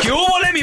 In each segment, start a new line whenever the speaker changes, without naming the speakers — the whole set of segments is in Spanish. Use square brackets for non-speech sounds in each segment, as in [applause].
¿Qué hubo, le, mi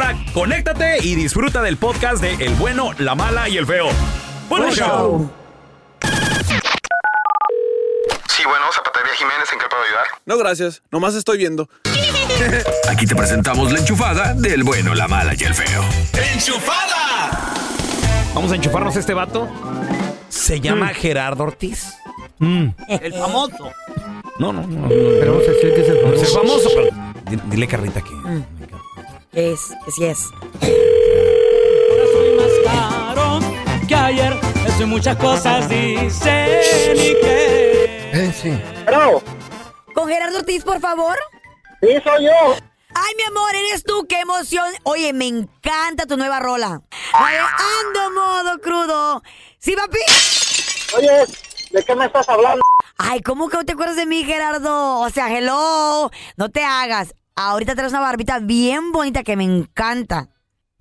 conéctate y disfruta del podcast de El bueno, la mala y el feo. Bueno,
Buen
show.
Sí, bueno, Zapatería Jiménez, ¿en qué puedo ayudar?
No, gracias. Nomás estoy viendo.
Aquí te presentamos la enchufada del bueno, la mala y el feo.
¡Enchufada! Vamos a enchufarnos a este vato. Se llama
Mm.
Gerardo Ortiz.
El famoso.
No, no, no.
Mm. Pero vamos a decir que es el famoso.
Es famoso, pero... Dile, dile, Carlita, que...
Es, es, es.
caro que ayer. Eso y muchas cosas dicen y que...
Claro,
Con Gerardo Ortiz, por favor.
sí soy yo.
Ay, mi amor, eres tú, qué emoción. Oye, me encanta tu nueva rola. A ver, ando modo crudo. ¿Sí, papi?
Oye, ¿de qué me estás hablando?
Ay, ¿cómo que no te acuerdas de mí, Gerardo? O sea, hello. No te hagas. Ahorita traes una barbita bien bonita que me encanta.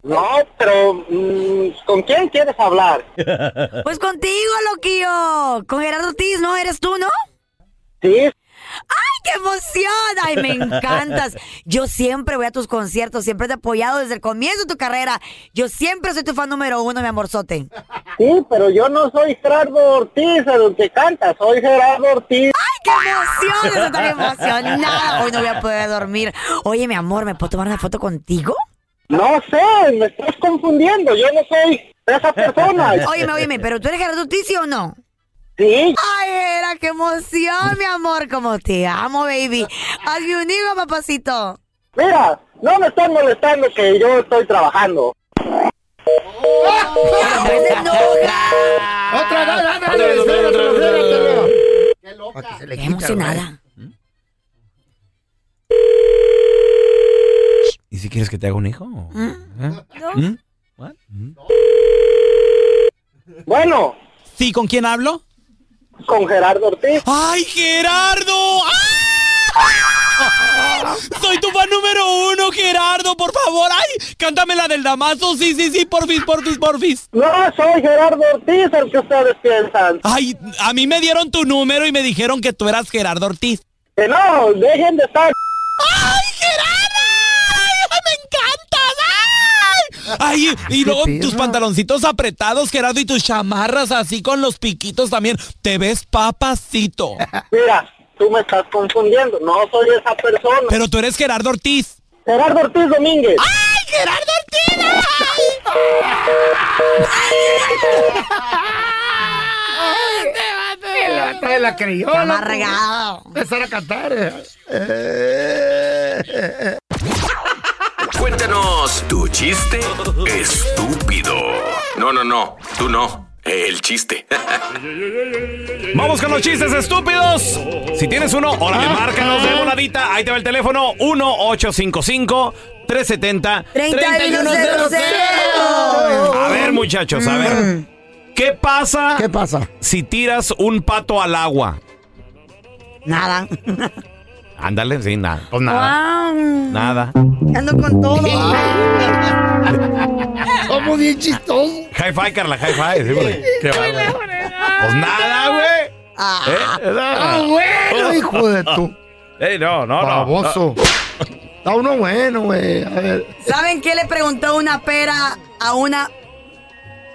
No, pero mm, ¿con quién quieres hablar?
Pues contigo, loquillo. Con Gerardo Ortiz, ¿no? ¿Eres tú, no?
Sí,
¡Ay, qué emoción! ¡Ay, me encantas! Yo siempre voy a tus conciertos, siempre te he apoyado desde el comienzo de tu carrera. Yo siempre soy tu fan número uno, mi amorzote.
sí, pero yo no soy Gerardo Ortiz, el que canta, soy Gerardo Ortiz.
¡Ay, qué emoción! Estoy tan emocionada. Hoy no voy a poder dormir. Oye, mi amor, ¿me puedo tomar una foto contigo?
No sé, me estás confundiendo, yo no soy
[laughs]
esa persona.
Óyeme, óyeme, ¿pero tú eres Gerardo Ortiz sí o no?
Sí,
¡Ay, era qué emoción, mi amor! ¡Como te amo, baby! ¡Hazme un hijo, papacito!
mira, no me estás molestando que yo estoy trabajando.
¡No se enoja!
Otra, dale, dale,
Otra vez,
dale,
otra vez,
dale,
otra vez,
dale,
otra vez.
dale. Qué
Qué emocionada.
¿Y si quieres que te haga un hijo? o- ¿Eh?
No.
¿Mm?
Bueno,
¿Sí? ¿Con quién hablo?
con Gerardo Ortiz,
¡Ay, Gerardo! ¡Ah! Soy tu fan número uno, Gerardo, por favor. ¡Ay! Cántame la del Damaso. Sí, sí, sí, porfis, porfis, porfis.
no soy Gerardo Ortiz el que ustedes piensan.
Ay, a mí me dieron tu número y me dijeron que tú eras Gerardo Ortiz.
Que no, dejen de estar.
¡Ay, Gerardo! ¡Ay, ¡Me encantas! ¡Ay! Ay, y luego tus pantaloncitos apretados, Gerardo, y tus chamarras así con los piquitos también. Te ves papacito.
Mira, tú me estás confundiendo, no soy esa persona.
Pero tú eres Gerardo Ortiz.
Gerardo Ortiz Domínguez.
¡Ay, Gerardo Ortiz! ¡Ay! ¡Ay!
Esta es la criolla.
amargado.
pues. Empezar a cantar. eh. Eh.
Cuéntanos tu chiste estúpido. No, no, no. Tú no. El chiste. [laughs]
Vamos con los chistes estúpidos. Si tienes uno, órale, márcanos de voladita. Ahí te va el teléfono: 1-855-370-3100. A ver, muchachos, a ver. ¿Qué pasa? Mm. ¿Qué
pasa?
Si tiras un pato al agua.
Nada.
Ándale, sí, nada. Pues nada. Nada.
Ando con todo.
Somos bien chistosos.
High five, Carla, high five. Sí, güey. [laughs] Qué bárbaro. Pues nada, güey. ¿Eh?
Ah, bueno, hijo de [laughs] tu.
Ey, no, no, no.
Baboso. Está uno bueno, güey. A ver.
[laughs] ¿Saben qué le preguntó una pera a una...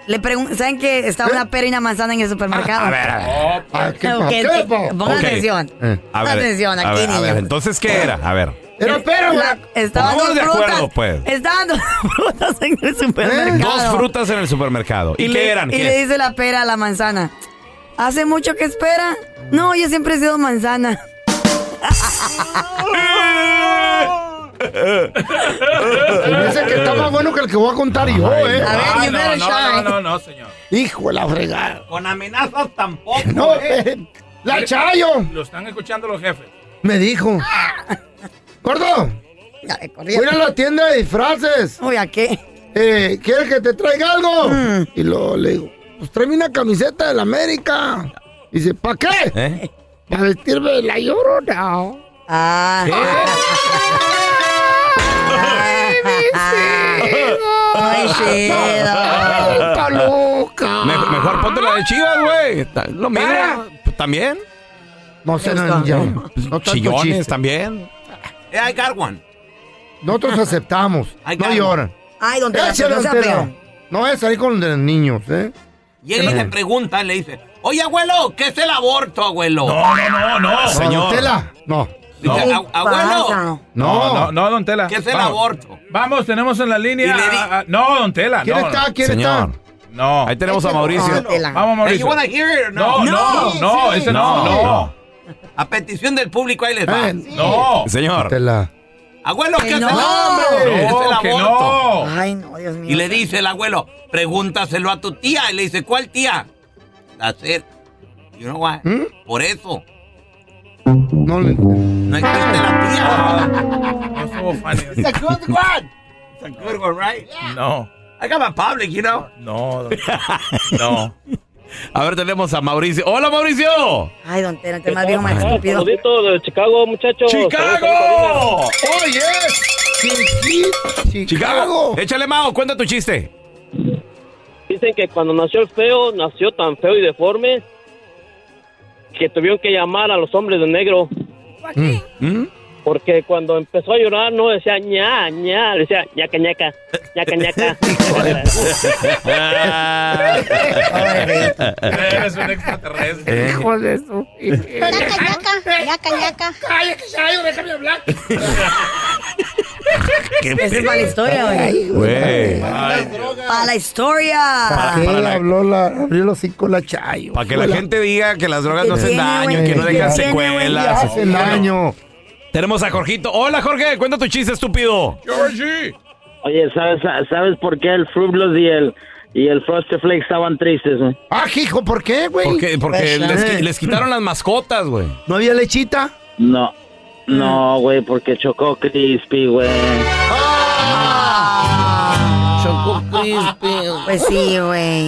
Le pregun- ¿Saben que está una pera y una manzana en el supermercado?
A ver, a ver.
Ah, ¿Qué
Ok,
pa-
eh,
qué pa-
Pongan
Ok.
atención.
Eh, a
Pongan atención
a
aquí,
ver, a ver,
niños.
entonces, ¿qué era? A ver.
Pero espera, güey.
La- estaban dos
Pongámonos de
frutas.
acuerdo, pues. ¿Eh?
Estaban dos frutas en el supermercado.
Dos frutas en el supermercado. ¿Y,
le-
qué eran?
Y
¿Qué?
le dice la pera a la manzana. ¿Hace mucho que espera? No, yo siempre he sido manzana.
Parece que está más bueno que el que voy a contar yo, eh.
Ah,
A ver, you better shine.
señor.
Hijo de la fregada.
Con amenazas tampoco.
No, eh, la Chayo
Lo están escuchando los jefes.
me dijo. Gordo,
Ay, corría.
voy a ir a la tienda de disfraces.
Uy, ¿a qué?
Eh, ¿Quieres que te tráiga algo? Y luego le digo, pues tráeme una camiseta de la América. dice, ¿para qué?
¿Eh?
Para vestirme de la llorona.
Ah. Ay, chido.
Ay, está loca.
Ah.
Me- mejor ponte la de Chivas, güey. Ta- Lo mismo.
Ah.
También.
No se nos ya. No tanto
Chillones
chiste.
también. I got one.
Nosotros aceptamos.
[laughs] Ay,
No
calma.
lloran.
Ay, don Tela, pues,
Échale,
no sea
don Tela.
feo.
No es salir con los niños, ¿eh?
Llega y le pregunta, le dice, oye, abuelo, ¿qué es el aborto, abuelo? Ah,
No, no.
No, don Tela, no.
¿Qué pasa?
No,
No, no, don Tela. Vamos.
aborto?
Vamos, tenemos en la línea.
Y le di-
a- a- no, don Tela.
¿Quién
no,
está? Eh, Ah, ¿Quién
Señor,
está?
No.
ahí tenemos a
Don
Mauricio.
Tela.
Vamos, Mauricio. No, no,
No,
no,
sí.
ese no,
No,
no.
A petición del público, ahí les
va.
No.
Señor,
Tela.
abuelo,
¿qué es el No, aborto?
No, que no.
Ay, no, Dios mío.
Y le dice el abuelo, pregúntaselo a tu tía. Y le dice, ¿cuál tía? La Cel. You know what?
¿Mm? [laughs]
Por eso.
No le entiendo.
No existe la tía.
No estuvo funny.
It's a good one. It's a good one, right?
No.
I got my public, you know.
No, don Tela. No.
[laughs] A ver, tenemos a Mauricio. ¡Hola, Mauricio!
Ay, don Tela, entre más viejo, más estúpido.
Ah, Saluditos de Chicago, muchachos.
Oh,
¡Chicago!
¡Oye! Chiqui- ¡Chicago!
Échale, Mao, cuenta tu chiste.
Dicen que cuando nació el feo, nació tan feo y deforme que tuvieron que llamar a los hombres de negro. Porque cuando empezó a llorar no decía ña, ña, decía ñaca, ñaca, ñaca, ñaca.
Eres un extraterrestre.
Hijo de su.
Esa es para la historia, güey.
Güey.
Para la historia.
¿Qué habló la, abrió los cinco la Chayo?
Para que la gente diga que las drogas
¿Qué
no hacen
tiene,
daño,
güey?
que no
¿Qué
dejan
tiene, güey?
secuelas.
hace el año.
Tenemos a Jorgito. Hola, Jorge, cuenta tu chiste, estúpido.
Georgie.
Oye, ¿sabes, ¿sabes por qué el Fruit Loops y el, y el Frosted Flakes estaban tristes? güey?
Ah, hijo, ¿por qué, güey?
Porque, porque
Pues,
les, qui-
eh,
les quitaron las mascotas, güey.
¿No había lechita?
No,
Ah.
no, güey, porque chocó Crispy, güey.
Pues sí, güey.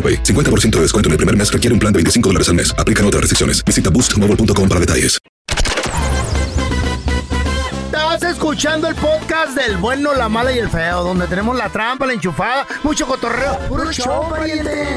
50% de descuento en el primer mes requiere un plan de 25 dólares al mes. Aplican otras restricciones. Visita boostmobile.com para detalles.
Estás escuchando el podcast del bueno, la mala y el feo, donde tenemos la trampa, la enchufada, mucho cotorreo. ¡Puro show, pariente!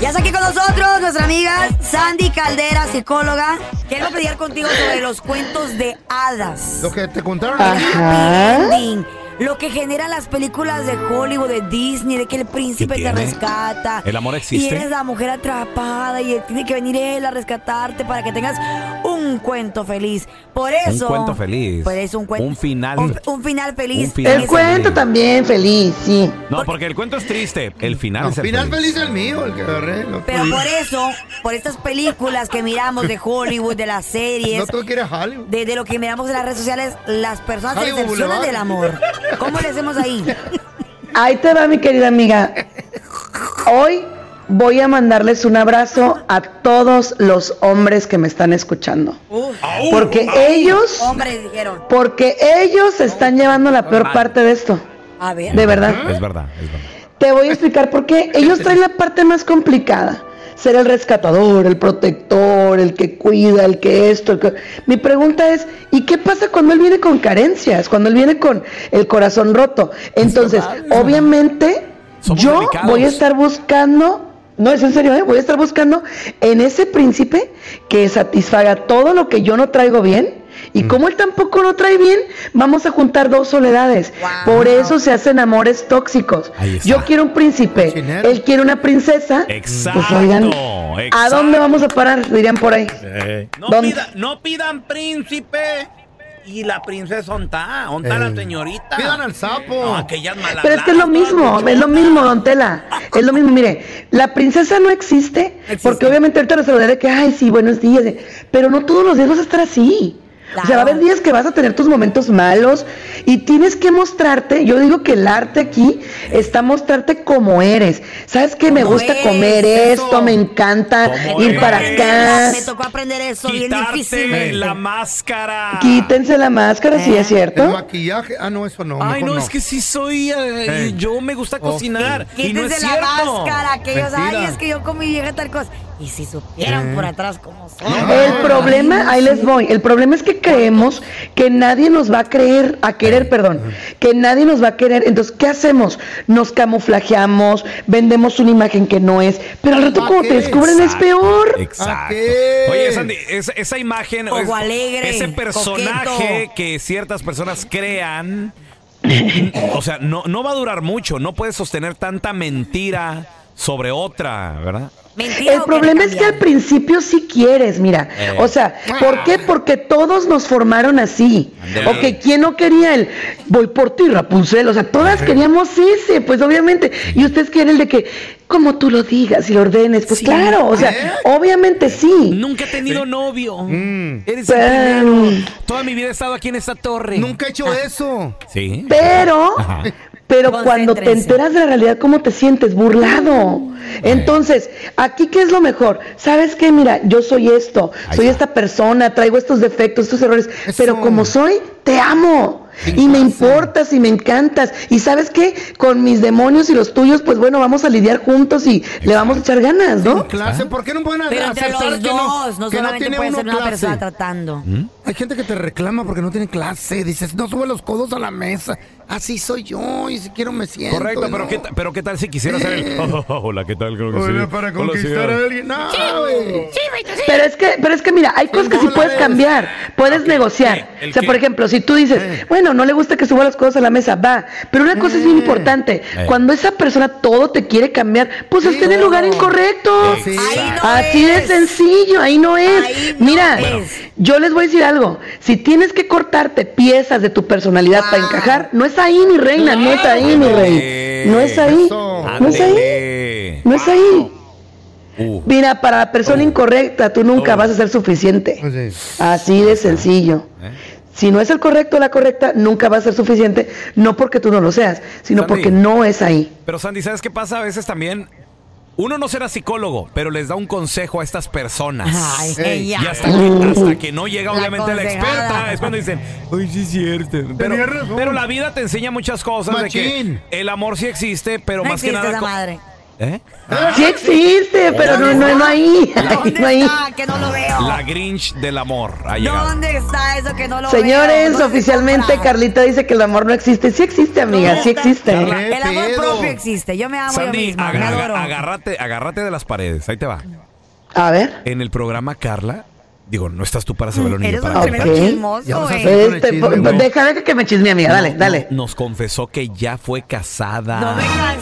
Ya está aquí con nosotros nuestra amiga Sandy Caldera, psicóloga. Quiero platicar contigo sobre los cuentos de hadas.
Lo que te contaron.
ending, Lo que generan las películas de Hollywood, de Disney, de que el príncipe te
tiene?
rescata.
¿El amor existe?
Y eres la mujer atrapada y él tiene que venir él a rescatarte para que tengas un cuento feliz. Por eso.
Un cuento feliz.
Por eso un cuento.
Un final.
Un, un final feliz.
Un final El cuento feliz.
también feliz, sí.
No, porque el cuento es triste. El final es el
Final
feliz.
feliz Ah, el mío, el que agarré. el otro
Pero
día.
por eso, por estas películas que miramos de Hollywood, de las series.
No tengo que ir a Hollywood.
De, de lo que miramos en las redes sociales, las personas se
Hollywood
decepcionan
Boulevard.
del amor. ¿Cómo le hacemos ahí?
Ahí te va mi querida amiga. Hoy voy a mandarles un abrazo a todos los hombres que me están escuchando. Porque ellos,
Hombres dijeron.
porque ellos se están llevando la peor parte de esto.
A ver.
De verdad.
Es verdad, es verdad.
Te voy a explicar por qué. Ellos traen la parte más complicada. Ser el rescatador, el protector, el que cuida, el que esto. el que- Mi pregunta es, ¿y qué pasa cuando él viene con carencias? Cuando él viene con el corazón roto. Entonces, obviamente,
Somos
yo
delicados.
voy a estar buscando, no es en serio, ¿eh? voy a estar buscando en ese príncipe que satisfaga todo lo que yo no traigo bien. Y como él tampoco lo trae bien, vamos a juntar dos soledades. Por eso se hacen amores tóxicos. Yo quiero un príncipe, él quiere una princesa.
Exacto,
Pues oigan, ¿a
exacto.
dónde vamos a parar? Dirían por ahí.
No,
¿Dónde?
pida- no pidan príncipe y la princesa onta, onta la señorita. Eh. Pidan
al sapo.
aquellas malas.
Pero es que es lo mismo, es lo mismo, don Tela. Es lo mismo, mire, la princesa no existe, porque obviamente ahorita nos hablará de que, ay, sí, buenos días, eh, pero no todos los días vas a estar así. O sea, va a haber días que vas a tener tus momentos malos y tienes que mostrarte, yo digo que el arte aquí está mostrarte como eres. ¿Sabes qué? Me
¿Cómo
gusta
eres?
comer esto, me encanta
Me
ir
tocó
para
aprender-
acá.
Me tocó aprender eso, bien
Eh,
difícil.
La máscara.
Quítense la máscara, sí, es
El
cierto.
maquillaje. Ah, no, eso no.
Ay,
mejor
no, es que sí soy. eh,
Eh.
Yo me gusta
Oh,
cocinar.
sí.
Y no es
Quítense la
cierto.
máscara, que ellos, ay,
Mentira.
es que yo con mi vieja tal cosa. Y si
Eh.
supieran por atrás cómo son.
El problema, ahí les voy, el problema es que creemos que nadie nos va a creer, a querer, perdón, que nadie nos va a querer. Entonces, ¿qué hacemos? Nos camuflajeamos, vendemos una imagen que no es, pero al rato
¿Pa
como
qué?
te descubren es
Exacto,
peor.
Exacto. Oye, Sandy, esa, esa imagen,
Ojo
es-
alegre,
ese personaje
coqueto.
que ciertas personas [laughs] crean, o sea, no, no va a durar mucho. No puedes sostener tanta mentira sobre otra, ¿verdad?
El problema es que al principio sí quieres, mira.
Eh.
O sea, ¿por qué? Porque todos nos formaron así.
Ándale.
Ok, ¿quién no quería el voy por ti, Rapunzel? O sea, todas queríamos ese, pues obviamente. Y ustedes quieren el de que, como tú lo digas y lo ordenes, pues
Sí.
claro, o sea,
¿Eh?
obviamente sí.
Nunca he tenido novio. Eres el
Pero-
primero. Toda mi vida he estado aquí en esta torre.
Nunca he hecho eso.
Sí.
Pero,
Ajá.
pero cuando te enteras de la realidad, ¿cómo te sientes? Burlado. Entonces, aquí qué es lo mejor. ¿Sabes qué? Mira, yo soy esto, soy esta persona, traigo estos defectos, estos errores, pero como soy, te amo. Y me importas y me encantas. Y sabes qué, con mis demonios y los tuyos, pues bueno, vamos a lidiar juntos y le vamos a echar ganas, ¿no?
Clase, ¿por qué no pueden
Pero entre
aceptar
los
que no,
dos, no,
que no
solamente
tiene
puede
uno
ser una
clase?
persona tratando.
¿Mm?
Hay gente que te reclama porque no tiene clase. Dices, no sube los codos a la mesa. Así soy yo y si quiero me siento.
Correcto,
y
pero,
no.
qué, ta- pero ¿qué tal si quisiera hacer el... Oh, oh, hola, ¿qué tal? Creo que
Hola,
sí.
para
Hola,
conquistar
señora.
a alguien. No, güey.
Pero Pues es que, pero es que mira, hay cosas que sí puedes cambiar, puedes negociar.
¿El
O sea,
qué?
por ejemplo, si tú dices, bueno, no le gusta que suba las cosas a la mesa, va. Pero una cosa es bien importante,
Eh.
cuando esa persona todo te quiere cambiar, pues está en el lugar incorrecto.
Sí. Ahí no
Así de sencillo, ahí no es. Mira, yo les voy a decir algo, si tienes que cortarte piezas de tu personalidad para encajar, no es ahí mi reina, no es ahí mi rey. No es ahí. No es ahí. No es ahí.
Uh.
Mira, para la persona incorrecta tú nunca vas a ser suficiente.
Pues
Así de sencillo.
¿Eh?
Si no es el correcto o la correcta, nunca va a ser suficiente, no porque tú no lo seas, sino
Sandy.
porque no es ahí.
Pero Sandy, ¿sabes qué pasa a veces también? Uno no será psicólogo, pero les da un consejo a estas personas.
Ay,
Ey.
ella.
y hasta que, hasta que no llega
La
obviamente la
aconsejada.
experta, es cuando dicen, ay, sí es cierto. Pero,
Tenía razón.
pero la vida te enseña muchas cosas
Machín.
de que el amor sí existe, pero
No
más
existe
que nada...
esa
co-
madre.
¿Eh?
Sí existe, pero no, no, no ahí. [laughs] No ahí.
Ah, que no lo veo.
La Grinch del amor ha llegado.
¿Dónde está eso que no lo veo?
Señores,
¿Dónde
oficialmente Carlita dice que el amor no existe. Sí existe, amiga, sí existe.
está? El amor propio existe. Yo me amo yo
Sandy,
misma, me
aga- aga-
adoro.
agárrate, agárrate de las paredes. Ahí te va.
A ver.
En el programa Carla, digo, no estás tú para saberlo ni yo para
Ok.
contarlo.
eh.
Este, po- Déjame que- que me chisme, amiga, dale,
No,
dale.
no, Nos confesó que ya fue casada. Ah.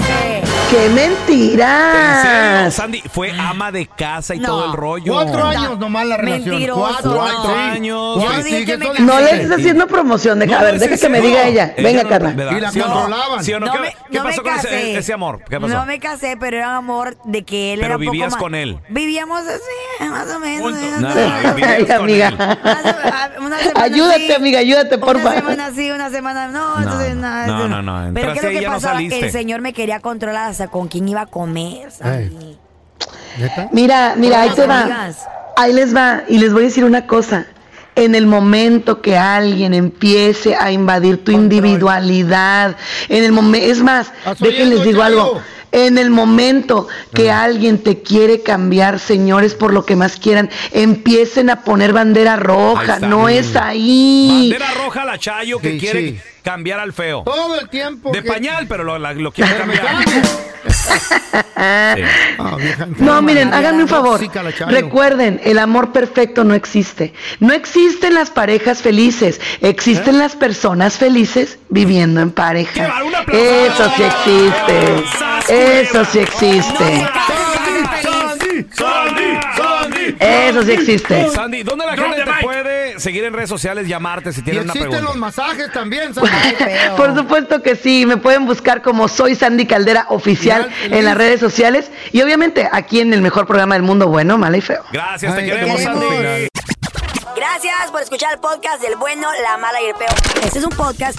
¡Qué mentira!
¿En serio, Sandy fue ama de casa y todo el rollo.
Cuatro años nomás la relación.
Mentiroso,
cuatro,
no.
cuatro
años.
Cuatro,
Yo dije
sí,
que
que
me
son-
casé.
No le estés haciendo promoción, deja, a ver,
es en
deja que me
serio.
diga ella. Venga,
no-
Carla.
¿verdad?
Y la
o no?
controlaban.
¿Sí o no?
No
¿Qué,
me-
qué
no me
pasó con
casé.
ese, ese amor? ¿Qué pasó?
No me casé, pero era un amor de que él
Pero
era un poco
vivías
más-
con él.
Vivíamos así, más o menos.
No,
Ay, amiga. Ayúdate, amiga, ayúdate,
Una
porfa.
semana sí, una semana no. entonces, nada,
no,
entonces-
no, no,
Pero
entraste
¿qué es
ahí
lo
y
que
ya no
pasaba?
saliste.
el señor me quería controlar hasta con quién iba a comer.
Mira, mira, ahí
Con
te
las
va.
amigas.
Ahí les va. Y les voy a decir una cosa. En el momento que alguien empiece a invadir tu individualidad, en el momen- es más, déjenles digo algo. En el momento que alguien te quiere cambiar, señores, por lo que más quieran, empiecen a poner bandera roja.
está.
No
Mm.
es ahí.
Bandera roja la Chayo que quiere cambiar al feo.
Todo el tiempo.
De pañal, pero lo, la- lo quiere cambiar.
No, miren, háganme un favor.
Tóxica la Chayo.
Recuerden, el amor perfecto no existe. No existen las parejas felices, existen
¿Eh?
las personas felices viviendo en pareja. Eso sí existe. Eso sí existe.
¡Sandy! ¡Sandy! ¡Sandy!
Eso sí existe.
Sandy, ¿dónde la gente te puede seguir en redes sociales, llamarte si
Y
tienes una
existen
pregunta?
los masajes también,
Por supuesto que sí, me pueden buscar como soy Sandy Caldera oficial
Real,
en
feliz.
las redes sociales y obviamente aquí en el mejor programa del mundo, bueno, malo y feo.
Gracias, te queremos, Sandy.
Gracias por escuchar el podcast del bueno, la mala y el peor. Este es un podcast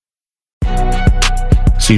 Si